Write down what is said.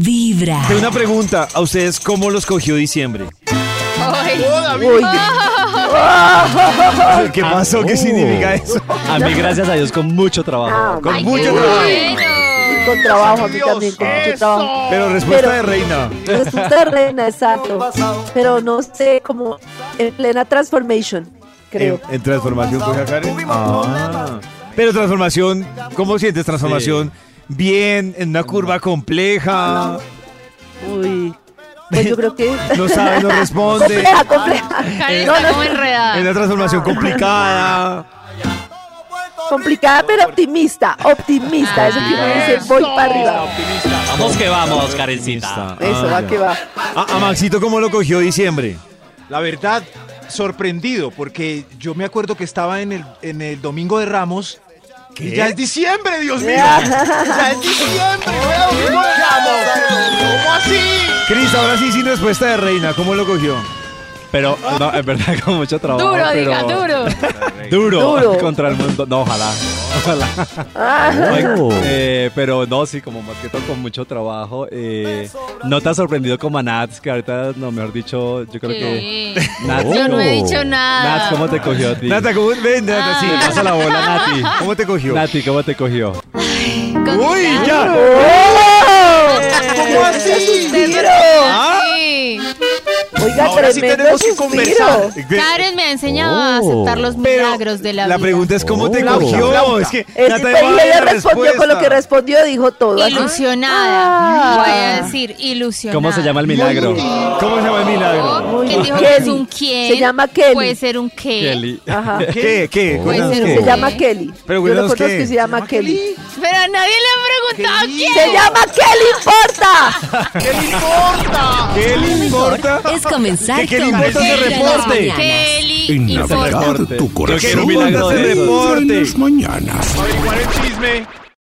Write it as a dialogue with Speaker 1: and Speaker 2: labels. Speaker 1: Vibra.
Speaker 2: Tengo una pregunta. ¿A ustedes cómo los cogió diciembre? ¿Qué pasó? ¿Qué significa eso?
Speaker 3: Ah, uh. A mí, gracias a Dios, con mucho
Speaker 4: Ah,
Speaker 3: trabajo.
Speaker 2: Con
Speaker 5: Ay,
Speaker 2: mucho
Speaker 5: qué
Speaker 2: trabajo.
Speaker 5: bueno.
Speaker 4: Con trabajo, a mí también, con mucho trabajo.
Speaker 2: Pero respuesta
Speaker 4: Pero-
Speaker 2: de reina.
Speaker 4: Resulta reina, exacto. Pero no sé, como en plena transformation, creo.
Speaker 2: En, en transformación coge a Karen. Ah. Pero transformación, ¿cómo sientes transformación? Bien, en una curva compleja.
Speaker 4: Uy. Pues yo creo que.
Speaker 2: No sabe, no responde.
Speaker 4: compleja, compleja.
Speaker 5: Karen
Speaker 2: No,
Speaker 5: está
Speaker 4: no,
Speaker 5: como enredada.
Speaker 2: En una transformación complicada.
Speaker 4: Complicada, pero optimista. Optimista. Eso que uno dice, voy para arriba.
Speaker 3: Vamos que vamos, Karencita.
Speaker 4: Eso,
Speaker 2: Ah,
Speaker 4: va que va.
Speaker 2: A, a Maxito, ¿cómo lo cogió diciembre?
Speaker 6: La verdad, sorprendido, porque yo me acuerdo que estaba en el, en el Domingo de Ramos. Y ya es diciembre, Dios mío. ya es diciembre. vea, Domingo de Ramos. ¿Cómo así?
Speaker 2: Cris, ahora sí, sin respuesta de reina, ¿cómo lo cogió?
Speaker 3: Pero, no, en verdad, con mucho trabajo.
Speaker 5: Duro,
Speaker 3: pero
Speaker 5: diga, duro.
Speaker 3: Duro,
Speaker 4: Duro.
Speaker 3: contra el mundo. No, ojalá. Ojalá.
Speaker 4: Ah,
Speaker 3: Ay, eh, pero no, sí, como más que todo, con mucho trabajo. eh, no te has sorprendido como a Nats, que ahorita, no, mejor dicho, yo creo que.
Speaker 5: Sí.
Speaker 3: Nats,
Speaker 5: Yo no he
Speaker 3: ¿cómo?
Speaker 5: dicho nada.
Speaker 3: Oh. Nats, ¿cómo te cogió a ti?
Speaker 2: Nata, ¿cómo, ven, Nata, sí,
Speaker 5: Ah.
Speaker 2: pasa la bola, Nati.
Speaker 3: Nati.
Speaker 2: ¿Cómo te cogió?
Speaker 3: Nati, ¿cómo te cogió?
Speaker 5: Con-
Speaker 2: ¡Uy, ya!
Speaker 4: ¡Oh!
Speaker 6: ¿Cómo así?
Speaker 2: Ah.
Speaker 5: Sí.
Speaker 4: Oiga,
Speaker 6: Ahora sí
Speaker 4: tremendo
Speaker 6: tenemos que
Speaker 4: suspiro.
Speaker 6: conversar.
Speaker 5: Karen me ha enseñado a
Speaker 3: Oh.
Speaker 5: aceptar los
Speaker 2: Pero
Speaker 5: milagros de la, vida.
Speaker 2: pregunta es cómo te
Speaker 3: Oh.
Speaker 2: cogió.
Speaker 6: Flauta.
Speaker 2: Es que
Speaker 4: Es
Speaker 2: Nata
Speaker 4: que
Speaker 2: iba a dar
Speaker 4: ella
Speaker 2: la
Speaker 4: respondió con lo que
Speaker 2: respuesta.
Speaker 4: respondió, dijo todo. así.
Speaker 5: Ilusionada.
Speaker 4: Ah.
Speaker 5: Voy a decir ilusionada.
Speaker 3: ¿Cómo se llama el milagro?
Speaker 2: ¿Cómo se llama el milagro?
Speaker 5: ¿Quién
Speaker 4: bien.
Speaker 5: dijo que es
Speaker 4: Kelly.
Speaker 5: un quién?
Speaker 4: Se llama Kelly.
Speaker 5: Puede ser un qué.
Speaker 3: Kelly.
Speaker 4: Ajá.
Speaker 2: ¿Qué? ¿Qué?
Speaker 3: Puede
Speaker 2: Cuéntanos
Speaker 5: ser
Speaker 2: qué.
Speaker 5: un
Speaker 4: Se
Speaker 5: Sí.
Speaker 4: llama Kelly.
Speaker 2: Ah,
Speaker 4: Yo
Speaker 2: Pero
Speaker 4: lo
Speaker 2: cuéntanos
Speaker 4: conozco
Speaker 2: qué.
Speaker 4: y se llama Kelly.
Speaker 5: Pero a nadie le ha preguntado
Speaker 6: Kelly.
Speaker 5: quién.
Speaker 4: Se llama Kelly Porta.
Speaker 6: ¿Qué le importa?
Speaker 2: ¿Qué le importa?
Speaker 1: Es comenzar
Speaker 2: ¿Qué- qué le
Speaker 1: con
Speaker 2: importa ese
Speaker 1: Vibra en las
Speaker 2: reporte?
Speaker 1: mañanas.
Speaker 5: Kelly
Speaker 7: En
Speaker 5: y
Speaker 7: Navidad,
Speaker 5: Porta.
Speaker 7: tu
Speaker 3: Yo
Speaker 7: corazón
Speaker 3: quiero un milagro
Speaker 2: Mándase
Speaker 3: de esos.
Speaker 2: reporte.
Speaker 7: en las mañanas.
Speaker 6: Averiguar el chisme